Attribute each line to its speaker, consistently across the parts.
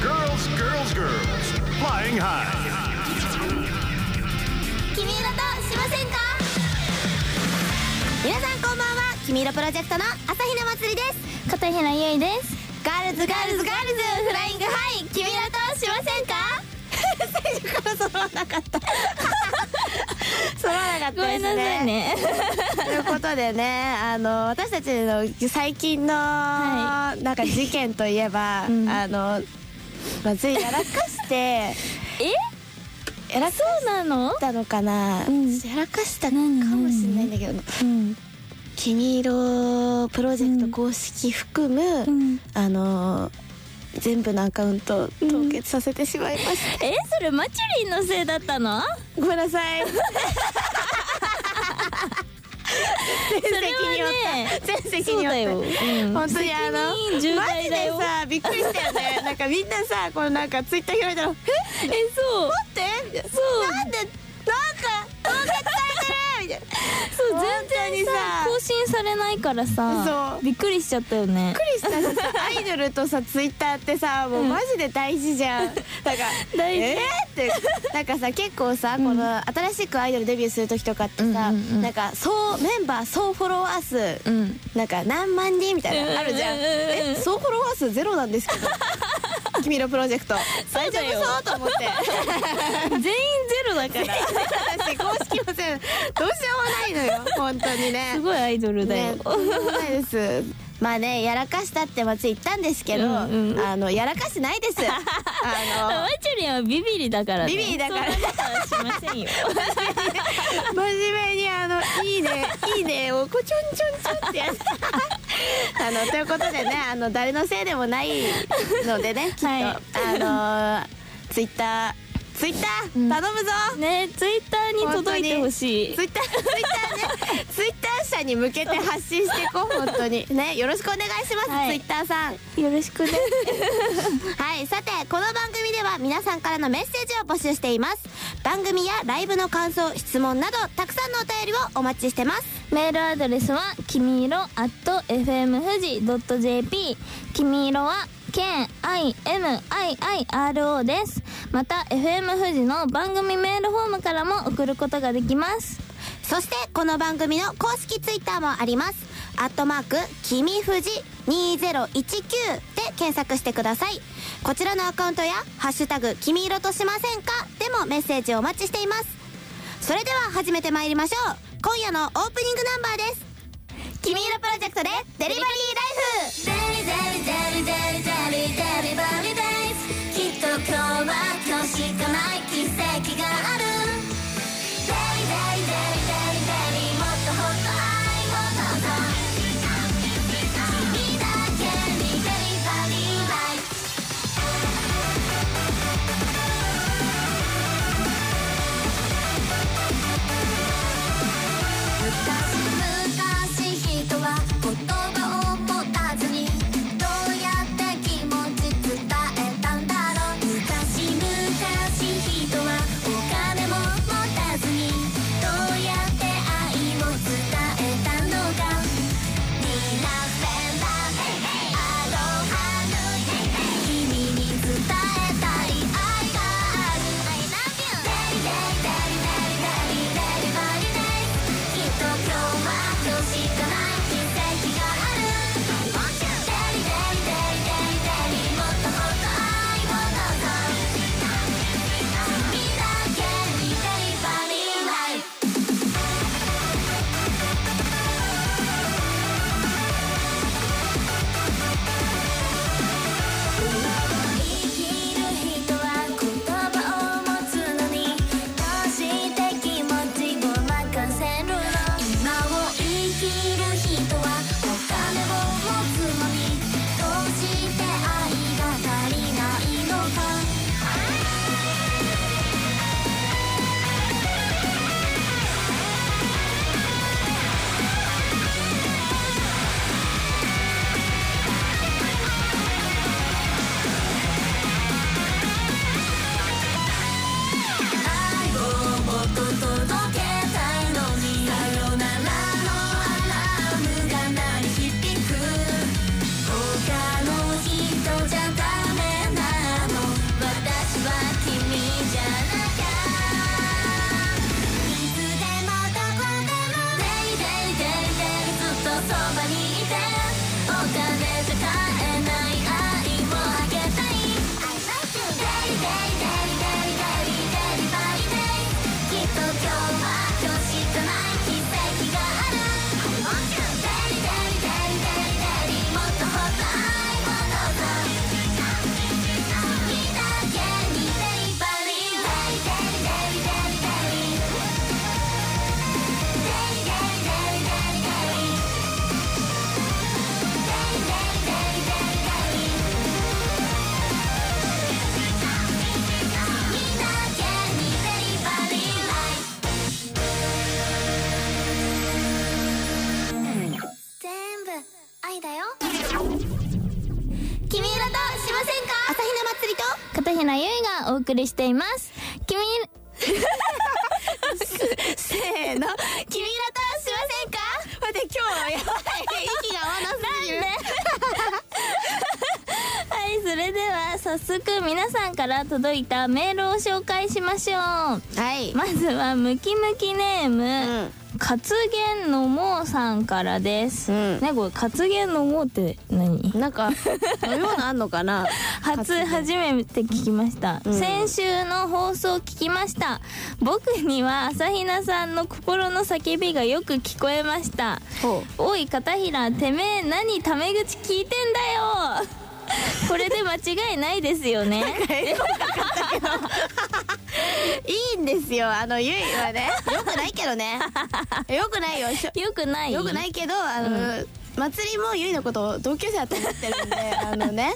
Speaker 1: Girls, girls, girls. Flying high.
Speaker 2: 君色としませんか皆さんこんばんは君色プロジェクトの朝比奈まつりです片平ゆいですガールズガールズガールズフライングハイ君色としませ んか最 初から揃わなかった
Speaker 3: 揃わなかったですね。
Speaker 2: ね
Speaker 3: ということでね、あの私たちの最近の、なんか事件といえば、
Speaker 2: ん
Speaker 3: あのまずいやらかして
Speaker 2: え
Speaker 3: やらかし
Speaker 2: そうなの
Speaker 3: たのかな、
Speaker 2: うん
Speaker 3: やらかしたかもしれないんだけど、
Speaker 2: うん
Speaker 3: 君色プロジェクト公式含む、
Speaker 2: ん
Speaker 3: あの全部のアカウント凍結させてしまいまし
Speaker 2: えそれマチュリンのせいだったの
Speaker 3: た、ごめんなさい全責任を負った全責任を負った
Speaker 2: そうだようん
Speaker 3: 本当にあの
Speaker 2: 責任重
Speaker 3: マ
Speaker 2: 大
Speaker 3: ジ
Speaker 2: だ
Speaker 3: で
Speaker 2: よ
Speaker 3: さびっくりしたよねなんかみんなさこのなんかツイッター開いたら「え
Speaker 2: え
Speaker 3: っ
Speaker 2: そう
Speaker 3: 待って
Speaker 2: そう
Speaker 3: なんでなんか凍結されてる!」みたいなびっ
Speaker 2: そう
Speaker 3: 本当
Speaker 2: 全
Speaker 3: に
Speaker 2: 然
Speaker 3: さ
Speaker 2: さ更新されないからさ
Speaker 3: そう
Speaker 2: びっくりしちゃったよね
Speaker 3: くりしたしさアイドルとさツイッターってさもうマジで大事じゃん、だから「
Speaker 2: 大事
Speaker 3: えっ!」ってなんかさ結構さ、この新しくアイドルデビューする時とかってさ、
Speaker 2: うんうんうん
Speaker 3: なんかそうメンバー総フォロワー数
Speaker 2: うん
Speaker 3: なんか何万人みたいなのあるじゃん。
Speaker 2: うんうんうんうん
Speaker 3: え、総フォロワー数ゼロなんですけど。 君のプロジェクト
Speaker 2: そ
Speaker 3: 大
Speaker 2: う
Speaker 3: 丈
Speaker 2: だよ
Speaker 3: 夫そうと思って。
Speaker 2: 全員ゼロ だから
Speaker 3: 私公式も全部どうしようもないのよ本当にね。
Speaker 2: すごいアイドルだよ、
Speaker 3: ね、とんでもないです。まあねやらかしたって街行ったんですけど、
Speaker 2: うんうん
Speaker 3: あのやらかしない です。あ
Speaker 2: マチュリンはビビリだからね
Speaker 3: ビビリだから
Speaker 2: そんなことはしま せんよ
Speaker 3: の真面目にあのいいねいいねをこちょんちょんちょんってやって。 あのということでねあの誰のせいでもないのでねきっと、
Speaker 2: はい
Speaker 3: あのツイッターツイッター、
Speaker 2: うん
Speaker 3: 頼むぞ。
Speaker 2: ねツイッターに届いてほしい
Speaker 3: ツイッター、ツイッターね、 ツイッター社に向けて発信していこう、本当に。ね、よろしくお願いします、
Speaker 2: はい
Speaker 3: ツイッターさん。
Speaker 2: よろしくね
Speaker 4: はい、さて、この番組では皆さんからのメッセージを募集しています。番組やライブの感想、質問など、たくさんのお便りをお待ちしてます。
Speaker 2: メールアドレスはきみいろ at fm 富士 .jp きみいろは k-i-m-i-i-r-o ですまた FM 富士の番組メールフォームからも送ることができます
Speaker 4: そして、この番組の公式ツイッターもあります。アットマーク、きみふじ2019で検索してください。こちらのアカウントや、ハッシュタグ、君色としませんかでもメッセージをお待ちしています。それでは始めてまいりましょう。今夜のオープニングナンバーです。君色プロジェクトでデリバリーライフ
Speaker 5: 昔々人は言葉を持た
Speaker 2: 君色としませんか
Speaker 4: 朝日奈祭りと
Speaker 2: 片平優衣がお送りしています君
Speaker 3: せーの
Speaker 2: 君色としませんか
Speaker 3: 待って今日はやばい息が合わなすぎる
Speaker 2: はいそれでは早速皆さんから届いたメールを紹介しましょう
Speaker 3: はい
Speaker 2: まずはムキムキネーム、
Speaker 3: うん
Speaker 2: カツゲンのもうさんからです、
Speaker 3: うん
Speaker 2: ねこれカツゲンのもうって何
Speaker 3: なんか飲み物あんのかな
Speaker 2: 初初めて聞きました、
Speaker 3: ん
Speaker 2: 先週の放送聞きました僕には朝比奈さんの心の叫びがよく聞こえました
Speaker 3: ほ
Speaker 2: おい片平てめえ何タメ口聞いてんだ よこれで間違いないですよね
Speaker 3: いいんですよあのゆいはねよくないけど ねよくないよしょ
Speaker 2: よくない
Speaker 3: よくないけどあの、祭りもゆいのことを同級生だと思ってるん であのね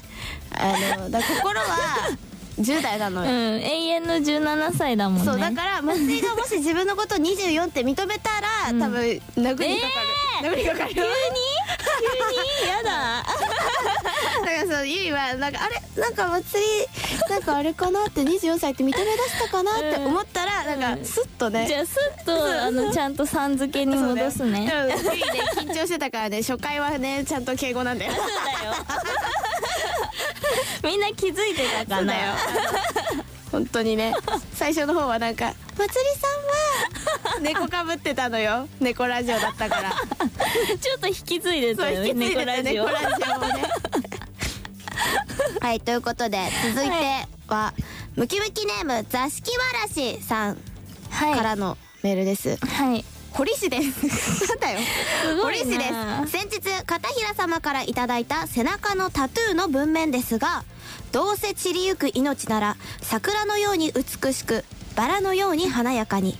Speaker 3: あのだから心は10代なの
Speaker 2: うん
Speaker 3: よ、
Speaker 2: 永遠の17歳だもんね
Speaker 3: そうだから祭りがもし自分のこと24って認めたら、多分殴りかかる、殴りかかるよ
Speaker 2: 急にやだ
Speaker 3: だからそのゆいはなんかあれなんか祭りなんかあれかなって24歳って認め出したかなって思ったら、なんかスッと ね
Speaker 2: じゃあすっとあのちゃんとさん付けに
Speaker 3: そうだ
Speaker 2: 戻
Speaker 3: よ
Speaker 2: すね
Speaker 3: うんゆいね緊張してたからね初回はねちゃんと敬語なんだよ
Speaker 2: そうだよ みんな気づいてたかな
Speaker 3: そうだよ本当にね最初の方はなんか「まつりさんは猫かぶってたのよ猫ラジオだったから」
Speaker 2: ちょっと引き継いで
Speaker 3: そ
Speaker 2: た
Speaker 3: う
Speaker 2: よ
Speaker 3: 引
Speaker 2: ね
Speaker 3: き継い
Speaker 2: 猫
Speaker 3: でた
Speaker 2: ラジ
Speaker 3: 猫
Speaker 2: オ
Speaker 3: ラジオを ね
Speaker 4: はいということで続いては、ムキムキネーム座敷わらしさん
Speaker 2: はい
Speaker 4: から
Speaker 3: のメールです
Speaker 2: はい
Speaker 3: 堀市ですなんだよ
Speaker 2: すご
Speaker 4: 堀
Speaker 2: い
Speaker 4: 市です
Speaker 2: な
Speaker 4: 先日片平様からいただいた背中のタトゥーの文面ですがどうせ散りゆく命なら桜のように美しくバラのように華やかに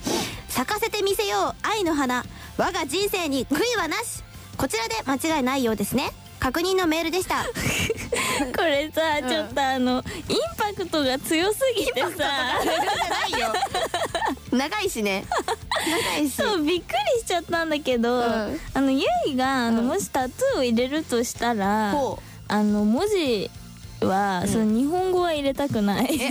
Speaker 4: 咲かせてみせよう愛の花我が人生に悔いはなしこちらで間違いないようですね確認のメールで した
Speaker 2: これさ、
Speaker 3: うん
Speaker 2: ちょっとあのインパクトが強すぎてさ
Speaker 3: ないよ長いしね長いし
Speaker 2: そうびっくりしちゃったんだけど、
Speaker 3: ん
Speaker 2: あのゆいがあの、
Speaker 3: うん
Speaker 2: もしタトゥーを入れるとしたら
Speaker 3: ほう
Speaker 2: あの文字は、その日本語は入れたくない
Speaker 3: え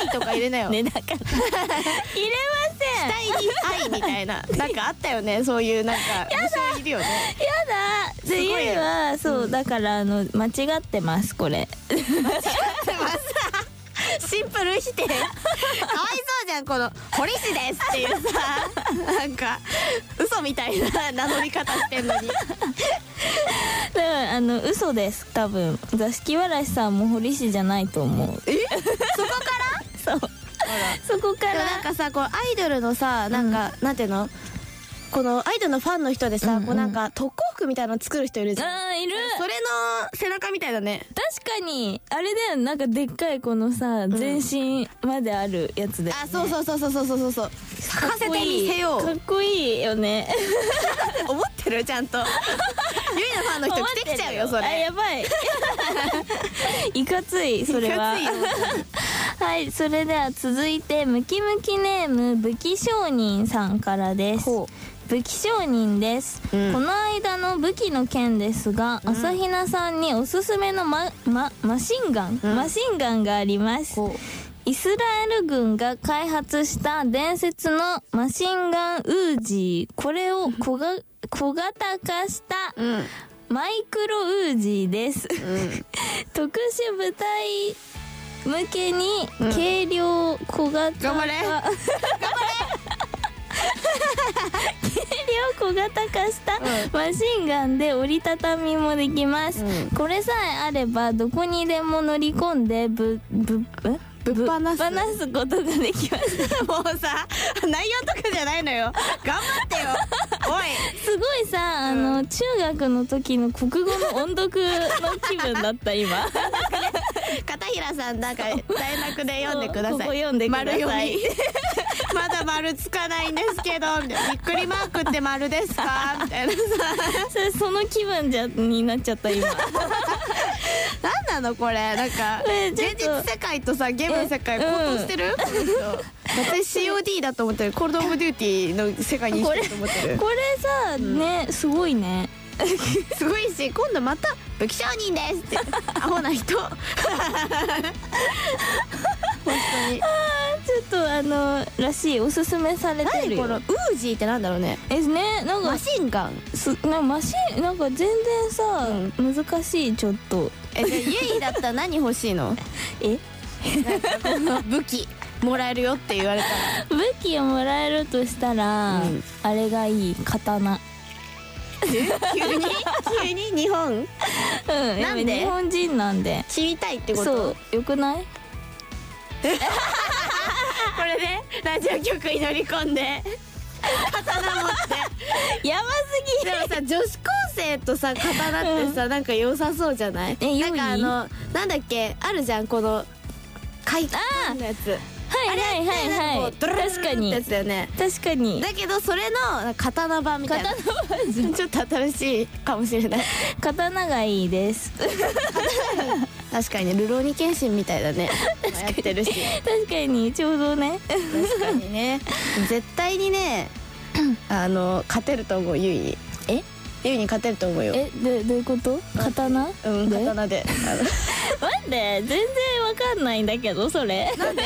Speaker 3: 愛とか入れなよ
Speaker 2: ねだから 入れません
Speaker 3: 対に愛みたい ななんかあったよねそういうなんか後ろいるよね
Speaker 2: やだで
Speaker 3: ごいよ
Speaker 2: ゆいはそう、だからあの間違ってますこれ
Speaker 3: シンプル否定かわいそうじゃんこの「堀市です」っていうさ なんか嘘みたいな名乗り方してんの に
Speaker 2: だからあの嘘です多分座敷わらしさんも堀市じゃないと思う えそこからそうそこか
Speaker 3: でも
Speaker 2: ら
Speaker 3: なんかさこうアイドルのさなんか、なんていうのこのアイドルのファンの人でさ、
Speaker 2: うんうん
Speaker 3: こうなんか特攻服みたいなの作る人いるじゃん、
Speaker 2: うんいる
Speaker 3: それの背中みたいだね
Speaker 2: 確かにあれだよなんかでっかいこのさ全身まであるやつで、
Speaker 3: あそうそうそうそうそうそうそう咲かせて
Speaker 2: かっこい
Speaker 3: み
Speaker 2: い
Speaker 3: せよう
Speaker 2: かっこいいよね
Speaker 3: 思ってるちゃんとゆいのファンの人着てきちゃうよそ
Speaker 2: あ
Speaker 3: れ
Speaker 2: やばい いかついそれはい
Speaker 3: かついよ
Speaker 2: はいそれでは続いてムキムキネーム武器商人さんからです
Speaker 3: ほ
Speaker 2: 武器商人です、
Speaker 3: うん
Speaker 2: この間の武器の件ですが、朝比奈さんにおすすめのマ,、ま、マシンガン、マシンガンがあります
Speaker 3: ほ
Speaker 2: イスラエル軍が開発した伝説のマシンガンウージーこれを小が小型化した
Speaker 3: ううん
Speaker 2: マイクロウージーです、特殊部隊向けに軽量小型化、
Speaker 3: 頑張れ
Speaker 2: 頑張れ軽量小型化したマシンガンで折りたたみもできます、
Speaker 3: うん
Speaker 2: これさえあればどこにでも乗り込んでぶぶぶ
Speaker 3: ぶっ放す
Speaker 2: ぶっ放すことができ ます
Speaker 3: もうさ内容とかじゃないのよ頑張って よおい
Speaker 2: すごいさあの、中学の時の国語の音読の気分だった今
Speaker 3: 片平さんなんか大学で読んでください
Speaker 2: そうここ読んでください
Speaker 3: 丸読み まだ丸つかないんですけどみたいなびっくりマークって丸ですかみたいなさ
Speaker 2: それその気分じゃになっちゃった 今
Speaker 3: 何なのこれなんか
Speaker 2: ねえちょっ
Speaker 3: 現
Speaker 2: と
Speaker 3: 実世界とさゲームの世界高騰してる、本当私 COD だと思ってるコールド・オブ・デューティーの世界に生きてると思ってる
Speaker 2: これさ、ねすごいね
Speaker 3: すごいし今度また武器商人ですってアホな人本当に
Speaker 2: ちょっとあのらしいおすすめされてる
Speaker 3: 何
Speaker 2: よ
Speaker 3: このウージーってなんだろうね
Speaker 2: えねなんか
Speaker 3: マシンガン
Speaker 2: すなマシンなんか全然さ、難しいちょっと
Speaker 3: えじゃあユイだったら何欲しいの
Speaker 2: え
Speaker 3: この武器もらえるよって言われたら
Speaker 2: 武器をもらえるとしたら、
Speaker 3: うん
Speaker 2: あれがいい刀
Speaker 3: 急に急に日本
Speaker 2: うん
Speaker 3: なんで
Speaker 2: やっぱ日本人なんで
Speaker 3: 知りたいってこと
Speaker 2: そうよくない
Speaker 3: これでラジオ局に乗り込んで刀持って
Speaker 2: やば
Speaker 3: でもさ女子高生とさ刀ってさ、なんか良さそうじゃない
Speaker 2: え
Speaker 3: なんかあ
Speaker 2: 良い
Speaker 3: のなんだっけあるじゃんこの怪
Speaker 2: あ
Speaker 3: 談
Speaker 2: ー
Speaker 3: のやつ
Speaker 2: はいはいはいはい
Speaker 3: ドルルルル
Speaker 2: 確か
Speaker 3: ってや
Speaker 2: に
Speaker 3: つだよね
Speaker 2: 確かに
Speaker 3: だけどそれの刀版みたいな
Speaker 2: 刀は
Speaker 3: ちょっと新しいかもしれない
Speaker 2: 刀がいいです
Speaker 3: 確かにルローニケンシンみたいだねやってるし
Speaker 2: 確かにちょうどね
Speaker 3: 確かにね絶対にねあの勝てると思うユイに
Speaker 2: え
Speaker 3: ユイに勝てると思うよ
Speaker 2: えどどういうこと刀
Speaker 3: うん
Speaker 2: で
Speaker 3: 刀で あの
Speaker 2: 待って全然わかんないんだけどそれ
Speaker 3: なんで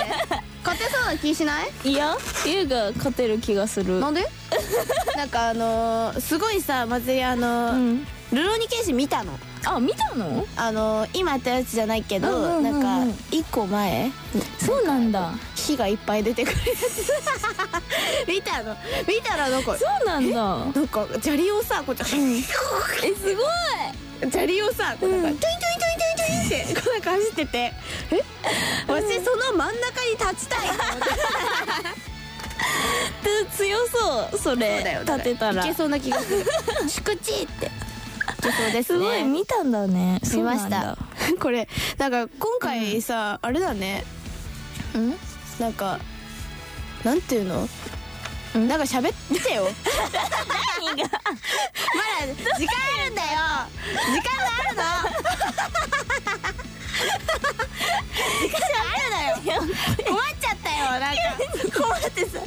Speaker 3: 勝てそうな気しない
Speaker 2: いや優が勝てる気がする
Speaker 3: なんで なんかあのーすごいさ祭りあの
Speaker 2: う
Speaker 3: ー
Speaker 2: ん
Speaker 3: ルローニケンシン見たの
Speaker 2: あ見たの
Speaker 3: あのー今やったやつじゃないけど、
Speaker 2: うんうんうんうん
Speaker 3: なんか一個前
Speaker 2: そうなんだ
Speaker 3: 火がいっぱい出てくるやつ 見たの見たらなんか
Speaker 2: そうなんだ
Speaker 3: なんか砂利をさこうやって
Speaker 2: えすごい
Speaker 3: 砂利をさこうなんか、
Speaker 2: うん
Speaker 3: トゥイントゥイントゥイントゥインってこうなんか走っててえ 私その真ん中に立ちたいと思って
Speaker 2: つ強そうそれ 立てたら
Speaker 3: いけそうな気がする 祝地っていけ そうです
Speaker 2: す
Speaker 3: ね
Speaker 2: ごい見たんだね
Speaker 3: 見まし
Speaker 2: そうなん
Speaker 3: た
Speaker 2: だ
Speaker 3: これなんか今回さ、あれだねなんかなんていうの
Speaker 2: ん
Speaker 3: なんか喋ってよ何がまだ時間あるんだよ時間があるの時間があるのよ困っちゃったよなんか 困ってさ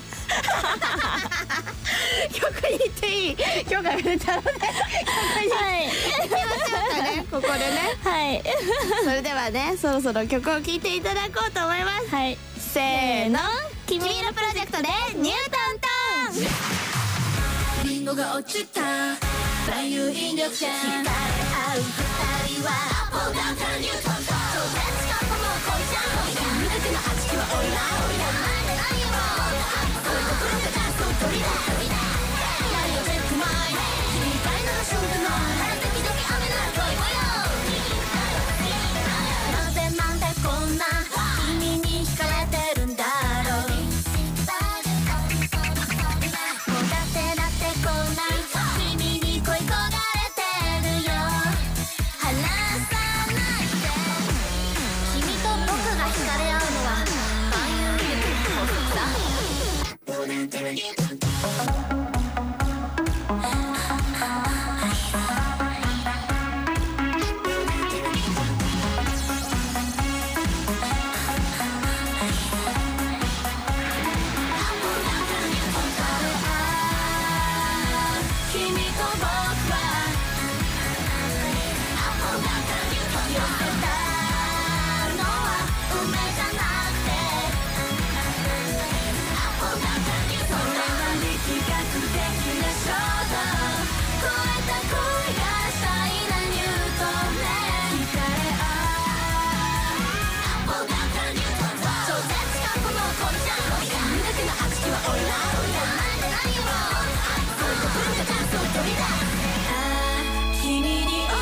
Speaker 3: 曲に行ってい い許可が出たので
Speaker 2: はい
Speaker 3: ここでね
Speaker 2: はい
Speaker 3: それではねそろそろ曲を聴いていただこうと思います
Speaker 2: はい
Speaker 3: せーの
Speaker 2: 君色プロジェクトでニュートントン
Speaker 5: リンゴが落ちた万有引力者惹かれ合う二人はアップダウンからニュートンと超絶感もう恋じゃん恋だ無敵の悪しきはオイラオイラないよもっと愛そういう心がそう取りだ取りだやるよ絶対君以外ならしょうがない晴れ時々雨なら恋模様なぜなんでこんな君に惹かれてるんだろうもうだってだってこんな君に恋焦がれてるよ離さないで君と僕が惹かれ合うのは万有引力だ君と僕は寄せたのは梅じゃなくてそれは力学的な衝動超えた恋がしたいなニュートンね惹かれ合う超絶感この恋じゃん無敵の悪しきはオイラオイラなんて何を「君に落ちていくのは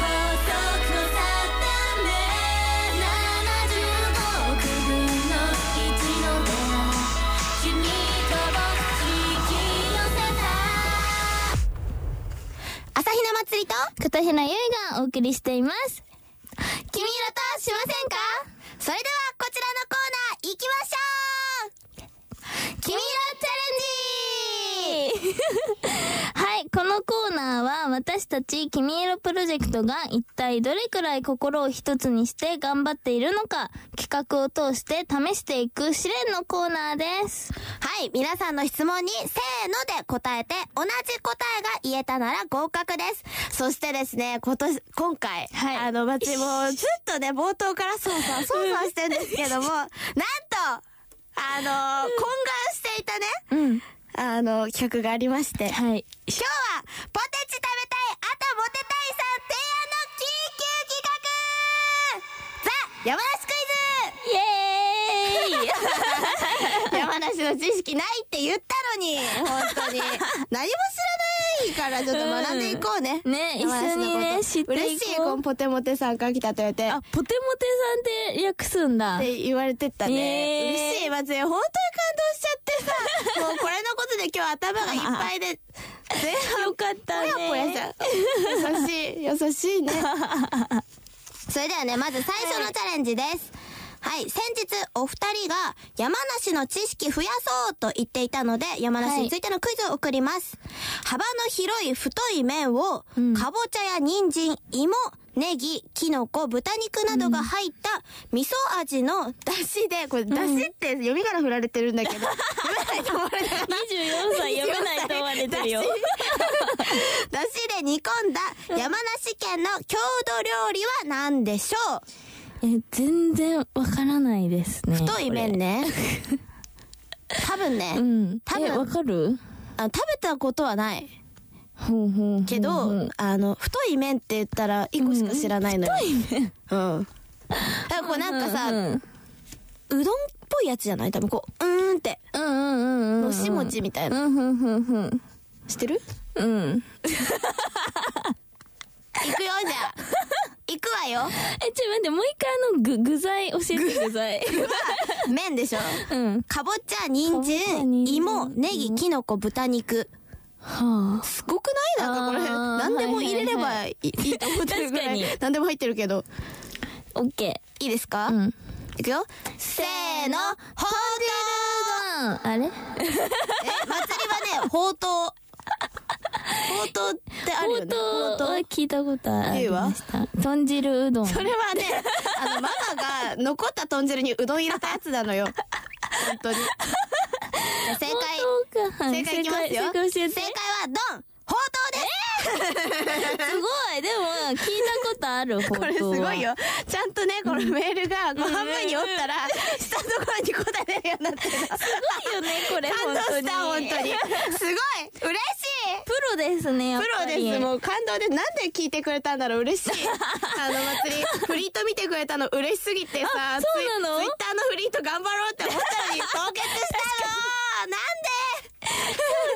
Speaker 5: 法則の定め」「75億分の1の目君と僕引き寄せた」
Speaker 4: 朝比奈祭りと
Speaker 2: 片平優がお送りしています
Speaker 4: 君色としませんかそれではこちらのコーナー行きましょう君色チャレンジ
Speaker 2: はい今このコーナーは私たち君色プロジェクトが一体どれくらい心を一つにして頑張っているのか企画を通して試していく試練のコーナーです。
Speaker 4: はい、皆さんの質問に、せーので答えて、同じ答えが言えたなら合格です。そしてですね、今年、今回、
Speaker 2: はい
Speaker 4: あの、私もうずっとね、冒頭から操 作、操作してるんですけども、なんと、あの、懇願していたね、
Speaker 2: うん。
Speaker 4: あの、企画がありまして、
Speaker 2: はい。
Speaker 4: 今日は、ポテチ食べたい、あとモテたいさん提案の緊急企画ザ山梨クイズ
Speaker 2: イエーイ
Speaker 4: 山 梨の知識ないって言ったのに、本当 に。何も知らないから、ちょっと学んでいこうね。
Speaker 2: ね一
Speaker 4: 山梨の
Speaker 2: 緒
Speaker 4: こ
Speaker 2: に
Speaker 4: と
Speaker 2: ね、知っていこう。
Speaker 3: 嬉しいこのポテモテさんから来たと言って
Speaker 2: あ、
Speaker 3: っ
Speaker 2: ポテモテさんって略すん だ。
Speaker 3: て言われてったね、
Speaker 2: えー
Speaker 3: 嬉しいまずい本当に感動し ちゃってさもうこれのことで今日頭がいっぱいで前半
Speaker 2: よかった
Speaker 3: ぽ
Speaker 2: ね。
Speaker 3: やぽやじゃん優しい優しいね
Speaker 4: それではね、まず最初のチャレンジです。はい、先日お二人が山梨の知識増やそうと言っていたので、山梨についてのクイズを送ります。幅の広い太い麺を、
Speaker 2: ん
Speaker 4: かぼちゃや人参、芋、ネギ、キノコ、豚肉などが入った味噌味の
Speaker 3: だしでこれだしって読みから振られてるんだけど、読めないと思われながら
Speaker 2: 24歳読めないと思われてるよ。
Speaker 4: 出汁で煮込んだ山梨県の郷土料理は何でしょう
Speaker 2: え、全然わからないですね。
Speaker 4: 太い麺ね。多分ね、
Speaker 2: うん。
Speaker 4: 多
Speaker 2: え、
Speaker 4: 分
Speaker 2: わかる
Speaker 4: あの食べたことはない
Speaker 2: ほうほうほう
Speaker 4: けど、あの太い麺って言ったら一個しか知らないのよ、太い麺うんだからこうなんかさ、う
Speaker 2: うんうん
Speaker 4: どんっぽいやつじゃない多分こううーんって
Speaker 2: うんうんうん。
Speaker 4: のしもちみたいな、
Speaker 2: うんうんうんうん。
Speaker 4: 知ってる
Speaker 2: うん。
Speaker 4: 行くよじゃあ行くわよ
Speaker 2: え、ちょ、待って、もう一回あの、ぐ、具材教えて、具材。
Speaker 4: 麺でしょ
Speaker 2: うん。は
Speaker 4: かぼちゃ人
Speaker 2: かぼちゃ人
Speaker 4: 参
Speaker 2: 参
Speaker 4: 芋ネギきのこ豚肉
Speaker 2: あ。
Speaker 4: すごくないなんかこれ
Speaker 2: あー
Speaker 4: 何でも入れれ
Speaker 2: はい
Speaker 4: ばいい,、いいと思ってるぐらい
Speaker 2: 確かに
Speaker 3: 何でも入ってるけど
Speaker 2: オッケ
Speaker 4: いいですか、
Speaker 2: ー。うん。
Speaker 4: いくよせーのほうと
Speaker 2: ああ
Speaker 4: う
Speaker 2: れ
Speaker 4: え祭り はねほうとうほうとうってある
Speaker 2: ほ
Speaker 4: よ
Speaker 2: う
Speaker 4: ね
Speaker 2: とうは聞いたことありました。豚汁うどん。
Speaker 3: それはね、あの、ママが残った豚汁にうどん入れたやつなのよ。本当に。
Speaker 4: じゃあ正解
Speaker 2: ほうとうか。はい
Speaker 3: 正解いきますよ
Speaker 2: 正解教えて。
Speaker 4: 正解はドンほうとうです
Speaker 2: ごいでも、聞いたことあ る、ほうとう
Speaker 3: こ
Speaker 2: は
Speaker 3: れすごいよ。ちゃんとね、このメールが、こう半分に折ったら、下のところに答えれるようになってる。
Speaker 2: すごいよね、これ、
Speaker 3: 感
Speaker 2: 本
Speaker 3: 動
Speaker 2: 当
Speaker 3: し
Speaker 2: に。
Speaker 3: た、本当に。すごい嬉しい
Speaker 2: プロですね、やっ
Speaker 3: プ
Speaker 2: ぱ
Speaker 3: ロ
Speaker 2: り。
Speaker 3: です。もう感動で、なんで聞いてくれたんだろう嬉し い。あの祭り、フリート見てくれたの嬉しすぎてさ、
Speaker 2: あそうなの
Speaker 3: ツイツイッターのフリート頑張ろうって思ったのに、凍結した
Speaker 2: そう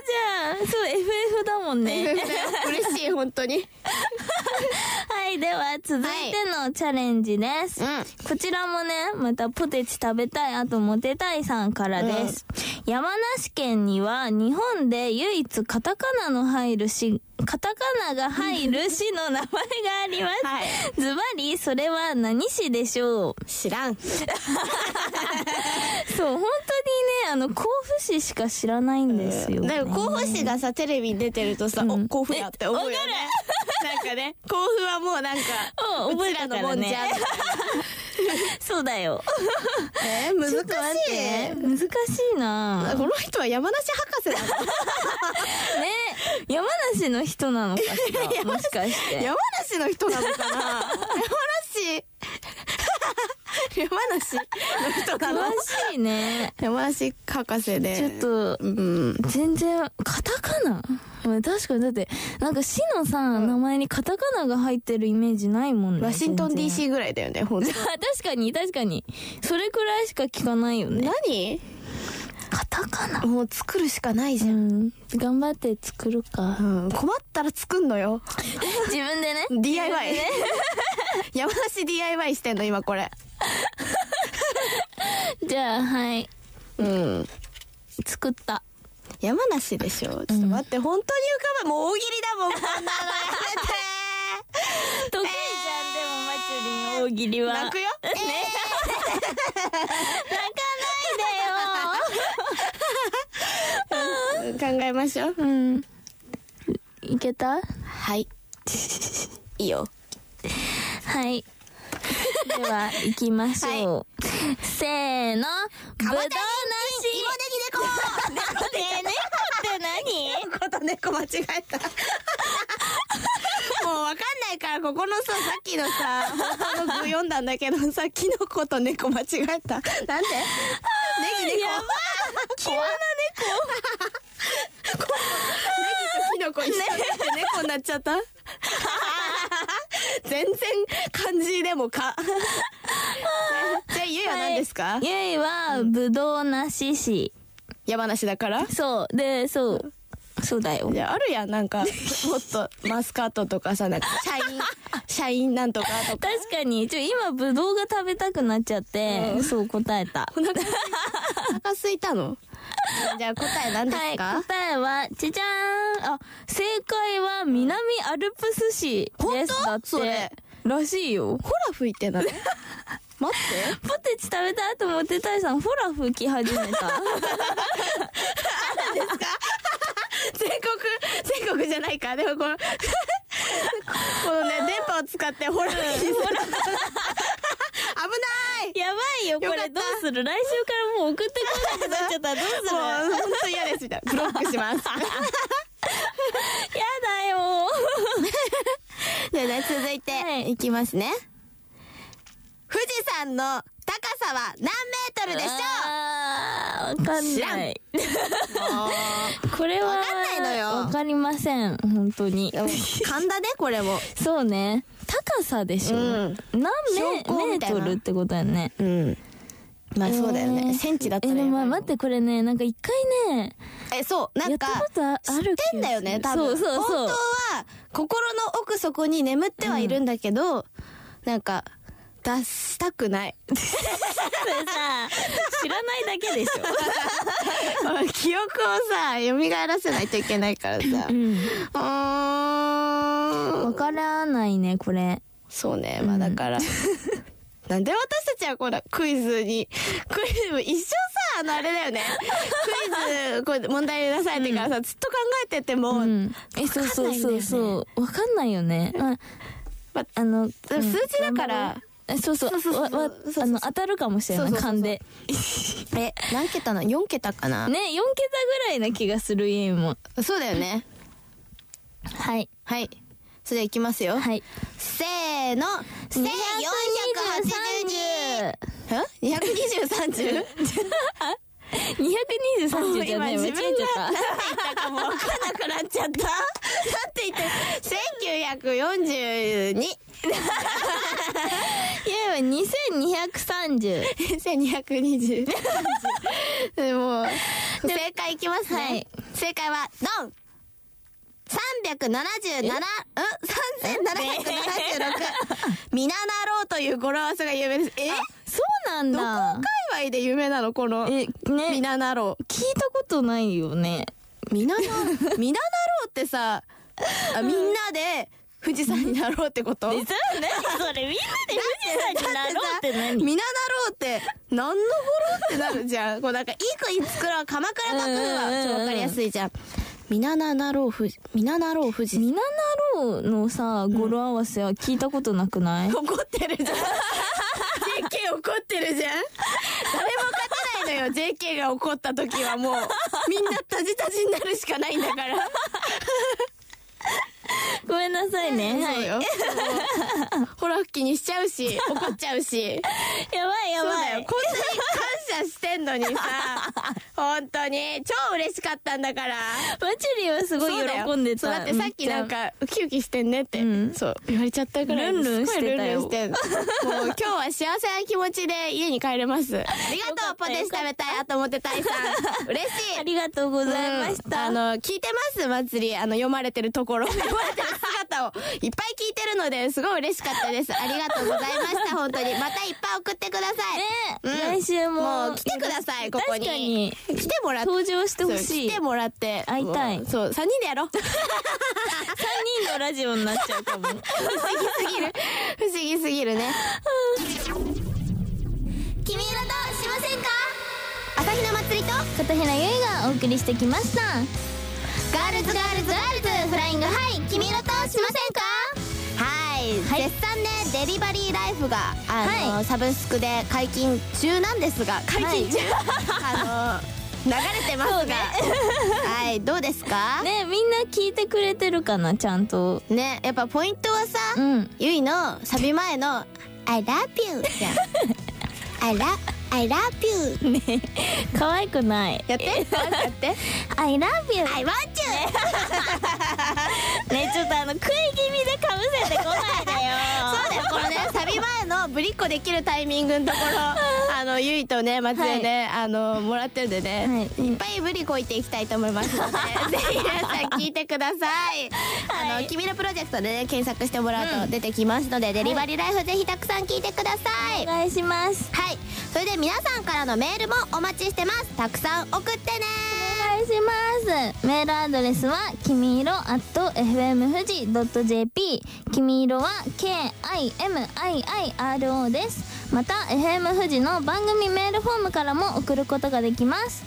Speaker 2: じゃん。そう、FF だもんね。
Speaker 3: の嬉しい、本当に。
Speaker 2: はい、では、続いてのチャレンジです。こちらもね、またポテチ食べたい、あとモテたいさんからです。山梨県には日本で唯一カタカナの入る市、カタカナが入る市の名前があります。
Speaker 3: はい
Speaker 2: ズバリ、それは何市でしょう
Speaker 3: 知らん。
Speaker 2: そう、本当にね、あの、甲府市しか知らないんですよ、ね。
Speaker 3: なんか甲府市がさテレビに出てるとさ、
Speaker 2: うん
Speaker 3: お甲府やって思うよね。なんかね甲府はもうなんか
Speaker 2: うん覚えた
Speaker 3: うちら
Speaker 2: か
Speaker 3: のも
Speaker 2: ら
Speaker 3: んじ
Speaker 2: ね
Speaker 3: ゃん。
Speaker 2: そうだよ。
Speaker 3: えー、難
Speaker 2: ちょっと待ってね難しいな
Speaker 3: この人は山梨博士なの
Speaker 2: ね山梨の人なのかし らもしかして。
Speaker 3: 山梨の人なのかな山梨山梨の人な
Speaker 2: 詳
Speaker 3: の
Speaker 2: しいね。
Speaker 3: 山梨博士 で
Speaker 2: ちょっと、
Speaker 3: うん
Speaker 2: 全然、カタカナまあ確かに、だって、なんか市のさ、名前にカタカナが入ってるイメージないもんね。
Speaker 3: ワシントン
Speaker 2: 全然
Speaker 3: DC ぐらいだよね本当
Speaker 2: あ 確かに、確かに。それくらいしか聞かないよね。
Speaker 3: 何
Speaker 2: カタカナ
Speaker 3: もう作るしかないじ
Speaker 2: う
Speaker 3: ゃん、
Speaker 2: ん。頑張って作るか。
Speaker 3: うん、困ったら作んのよ
Speaker 2: 自分でね。
Speaker 3: DIY 山梨 DIY してんの今これ
Speaker 2: じゃあ、はい。
Speaker 3: うん
Speaker 2: 作った。
Speaker 3: 山梨でしょちょっと待って、本当に浮かばないもう大喜利だもんこんなのや
Speaker 2: 得意じゃん、でも、マチュリン大喜利 は。
Speaker 3: 泣くよ
Speaker 2: だよ
Speaker 3: めて考えましょう
Speaker 2: うん。 いけた
Speaker 3: はい。 いいよ。
Speaker 2: はい。では、行きましょう。せーの。ぶどうな
Speaker 4: 芋
Speaker 2: し
Speaker 4: ネギ猫
Speaker 2: ねえ、猫って何
Speaker 3: こと猫間違えた。もうわかんないから、ここのさ、さっきのさ、放送の具読んだんだけど、さっきのこと猫間違えた。なんでネギ猫。やば急な猫。ネギとキノコ一緒になって猫になっちゃった。 全然漢字でもか。じゃあ、ゆいは何ですか、
Speaker 2: ゆいは、ぶどうなし市。
Speaker 3: 山梨だから
Speaker 2: そう。で、そう。そうだよ
Speaker 3: い。やあるやん なんかもっとマスカットとかさなんかシャ インシャインなんとかとか
Speaker 2: 確かに、ちょ、今、ぶどうが食べたくなっちゃって、そう答えた。
Speaker 3: お腹空いた のじゃあ答え何で
Speaker 2: は
Speaker 3: す
Speaker 2: い、
Speaker 3: か、
Speaker 2: 答えは、じじゃーん。あ、正解は、南アルプス市です。だって。
Speaker 3: それ
Speaker 2: らしいよ。
Speaker 3: ほら吹いてない待っ
Speaker 2: ポテチ食べた後、モテたいさん、ほら吹き 始めた。
Speaker 3: て全国全国じゃないかで もこのこのね電波を使ってほら吹いてる 危ない
Speaker 2: やばいよ、こ
Speaker 3: よかっ
Speaker 2: れど
Speaker 3: た
Speaker 2: うする来週からもう送ってこなく なっちゃったらどうする
Speaker 3: もう本当嫌ですみたいなブロックし ます
Speaker 2: やだよ。
Speaker 4: でね、続い
Speaker 2: はい
Speaker 4: て、いきますね。富士山の高さは何メートルでしょ
Speaker 2: あーわかん
Speaker 4: 知ら
Speaker 2: ない。
Speaker 3: もう
Speaker 2: これは、
Speaker 4: わかんないのよ
Speaker 2: わかりません、本当に。
Speaker 4: 勘だね、これも。
Speaker 2: そうね。高さでしょ。
Speaker 3: うん
Speaker 2: 何メ
Speaker 4: 標高み
Speaker 2: メー
Speaker 4: たいな
Speaker 2: トルってことだよね。
Speaker 3: うんまあそうだよね、
Speaker 2: えー
Speaker 3: センチだった
Speaker 2: え、
Speaker 3: ら
Speaker 2: で
Speaker 3: やばい
Speaker 2: も
Speaker 3: もん
Speaker 2: 待って、これね、なんか一回ね、
Speaker 4: え、そう、な
Speaker 2: や
Speaker 4: ん
Speaker 2: った
Speaker 4: か、
Speaker 2: ことあ
Speaker 4: 知っ
Speaker 2: る
Speaker 4: てんだよね、
Speaker 2: 気
Speaker 4: 多
Speaker 2: がする
Speaker 4: 分。
Speaker 2: そうそうそう
Speaker 4: 本当は、心の奥底に眠ってはいるんだけど、
Speaker 3: なんか出したくない
Speaker 2: それさ、知らないだけでし
Speaker 3: 記憶をさ蘇らせないといけないからさ
Speaker 2: ょ。
Speaker 3: うーん
Speaker 2: わからないね、これ。
Speaker 3: そうね、まあだから。なんで私たちはこのクイズに、クイズ、一生さ、あのあれだよね。クイズ、こう問題出されてからさ、ずっと考えてても、
Speaker 2: うん。え、そうそうそうそう。わかんないよね。あ
Speaker 3: ま
Speaker 2: あの、
Speaker 3: でも数字だか
Speaker 2: う
Speaker 3: ら
Speaker 2: ん、えそうそう、
Speaker 3: そうそうそ
Speaker 2: わ
Speaker 3: う
Speaker 2: わ
Speaker 3: そうそうそう
Speaker 2: あの、当たるかもしれない、
Speaker 3: そうそうそう
Speaker 2: 勘で。
Speaker 3: え、何桁な ?4 桁かな、
Speaker 2: ね、4桁ぐらいな気がする、家も。
Speaker 3: そうだよね。
Speaker 2: はい。
Speaker 3: はい。それではいきますよ。
Speaker 2: はい。
Speaker 4: せーの、1480
Speaker 3: ん ?220、30?
Speaker 2: 22030じゃない、
Speaker 3: 今
Speaker 2: 間違え
Speaker 3: 自
Speaker 2: ち
Speaker 3: 分
Speaker 2: ゃ
Speaker 3: が
Speaker 2: っ
Speaker 3: なんて言ったかもわからなくなっちゃった。なんて言って、1942。
Speaker 2: た。いやいや、2230。
Speaker 3: 1220でも正解いきますね、
Speaker 2: はい
Speaker 4: 正解は、ドン !377、うん ?3776!
Speaker 3: 見習ろうという語呂合わせが有名ですえ
Speaker 2: そうなん
Speaker 3: どこ
Speaker 2: だ。
Speaker 3: 界隈で有名なのこの
Speaker 2: え、
Speaker 3: 見
Speaker 2: ね、
Speaker 3: 習ろ
Speaker 2: 聞いたことないよね。
Speaker 3: う見習 見習ろうってさあみんなで富士山になろうってこ
Speaker 2: え、
Speaker 3: と
Speaker 2: それ何それみんなで富士山になろうって何
Speaker 3: 見習ろうって何の語呂ってなるじゃんこうなんかいい国作ろう鎌倉幕府
Speaker 2: うんうんう
Speaker 3: は
Speaker 2: ん
Speaker 3: ちょっとわかりやすいじゃん見習ろう富士見習ろう富士
Speaker 2: みななろうのさ、語呂合わせは聞いたことなくない、
Speaker 3: 怒って るじゃん JK 怒ってるじゃん誰も勝てないのよ JK が怒った時はもうみんなタジタジになるしかないんだから
Speaker 2: ごめんなさいね。 はい。やば
Speaker 3: もうほら吹きにしちゃうし怒っちゃうし
Speaker 2: いや
Speaker 3: そう
Speaker 2: ば
Speaker 3: だよ
Speaker 2: い。
Speaker 3: こんなに感謝してんのに さ本当に超嬉しかったんだから
Speaker 2: マチュリーはすごい
Speaker 3: そうだよ
Speaker 2: 喜んで
Speaker 3: そうだ
Speaker 2: た。
Speaker 3: ってさっきなんかウキウキしてんねって、
Speaker 2: ん
Speaker 3: そう言われちゃったぐらい
Speaker 2: ルンルン
Speaker 3: すごい
Speaker 2: してたよ
Speaker 3: ルンルンしてんのもう今日は幸せな気持ちで家に帰れますありが
Speaker 2: よか
Speaker 3: と
Speaker 2: った
Speaker 3: うポテチ食べたいあとモテたい さん嬉しい
Speaker 2: ありがとうございました。
Speaker 3: うんあの聞いてます祭りあの読まれてるところ読まれてる姿をいっぱい聞いてるのですごい嬉しかったですありがとうございました本当にまたいっぱい送ってください、
Speaker 2: ね、来週も。
Speaker 3: もう来てくださいここに
Speaker 2: 確かに。
Speaker 3: 来てもらって
Speaker 2: 登場してほしい。
Speaker 3: そう来てもらって
Speaker 2: 会いたい
Speaker 3: もうそう3人でやろう
Speaker 2: 3人のラジオになっちゃうかも。
Speaker 3: 不思議すぎる不思議すぎるね
Speaker 4: 君色としませんか
Speaker 2: 朝比奈まつりと片平ゆいがお送りしてきました。
Speaker 4: ガールズガールズガールズ
Speaker 3: フライングはい君色としませんかはい、絶賛ねデリバリーライフがあの、
Speaker 2: は
Speaker 3: サブスクで解禁中なんですが
Speaker 6: 解禁中
Speaker 3: あの流れてますが、
Speaker 2: そうね
Speaker 3: はいどうですかね
Speaker 2: ねみんな聞いてくれてるかなちゃんと
Speaker 3: やっぱポイントはさ、
Speaker 2: うん
Speaker 3: ゆいのサビ前の「I love you」じゃん「I love I love you
Speaker 2: 可愛くない」
Speaker 3: やってやって
Speaker 2: 「I love you」「I want you」ねちょっとあの食い気味でかぶせてこないでよ
Speaker 6: そうだよこのねサビ前のぶりっこできるタイミングのところ あのゆいとね松江ね、あのもらってるんでね、
Speaker 2: はい
Speaker 6: い、っぱいぶりこいていきたいと思いますの でぜひ皆さん聞いてください、
Speaker 2: は
Speaker 6: あ
Speaker 2: い
Speaker 6: の君のプロジェクトでね検索してもらうと出てきますので、デリバリーライフぜひたくさん聞いてください、
Speaker 2: お願いします
Speaker 3: はいそれで皆さんからのメールもお待ちしてますたくさん送ってね
Speaker 2: お願いしますメールアドレスはきみいろ at fmfuji.jp きみいろは KIMIIRO ですまた FM 富士の番組メールフォームからも送ることができます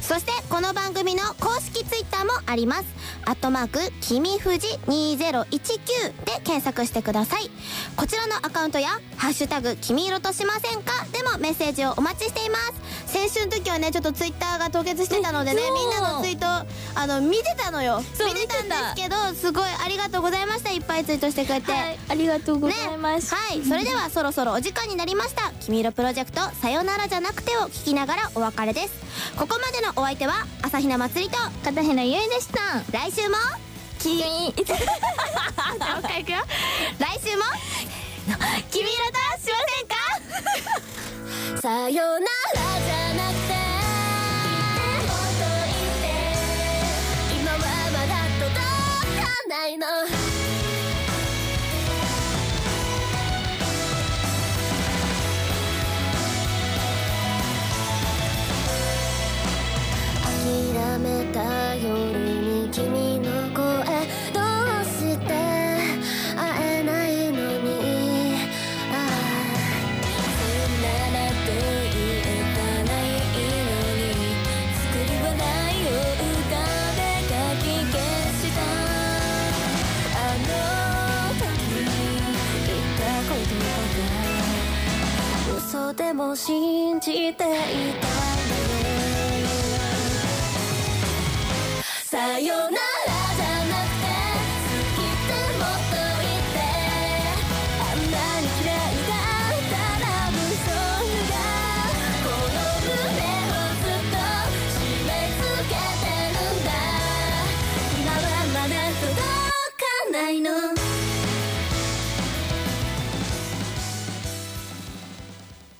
Speaker 3: そしてこの番組の公式ツイッターもありますアットマークきみふじ2019で検索してくださいこちらのアカウントやハッシュタグきみ色としませんかでもメッセージをお待ちしています先週の時はねちょっとツイッターが凍結してたのでね
Speaker 2: えそう
Speaker 3: みんなのツイートあの見てたのよ
Speaker 2: そう
Speaker 3: 見てたん
Speaker 2: 見て
Speaker 3: で
Speaker 2: た
Speaker 3: すけどすごいありがとうございましたいっぱいツイートしてくれて、
Speaker 2: はいありがとうございます、
Speaker 3: ね、はいそれではそろそろお時間になりました「君色プロジェクトさよならじゃなくて」を聞きながらお別れですここまでのお相手は朝比奈まつりと
Speaker 2: 片平ゆいでした
Speaker 3: 来週も
Speaker 2: き み
Speaker 6: もう一回いくよ
Speaker 3: 来週も「君色としませんか?」
Speaker 5: さよならじゃなくてもっと言って今はまだ届かないの諦めた夜に君の声どうして会えないのにああ「そんならと言えたらいいのに」「作り笑いを浮かべかき消した」「あの時言った言葉が嘘でも信じていたんだね」「さよなら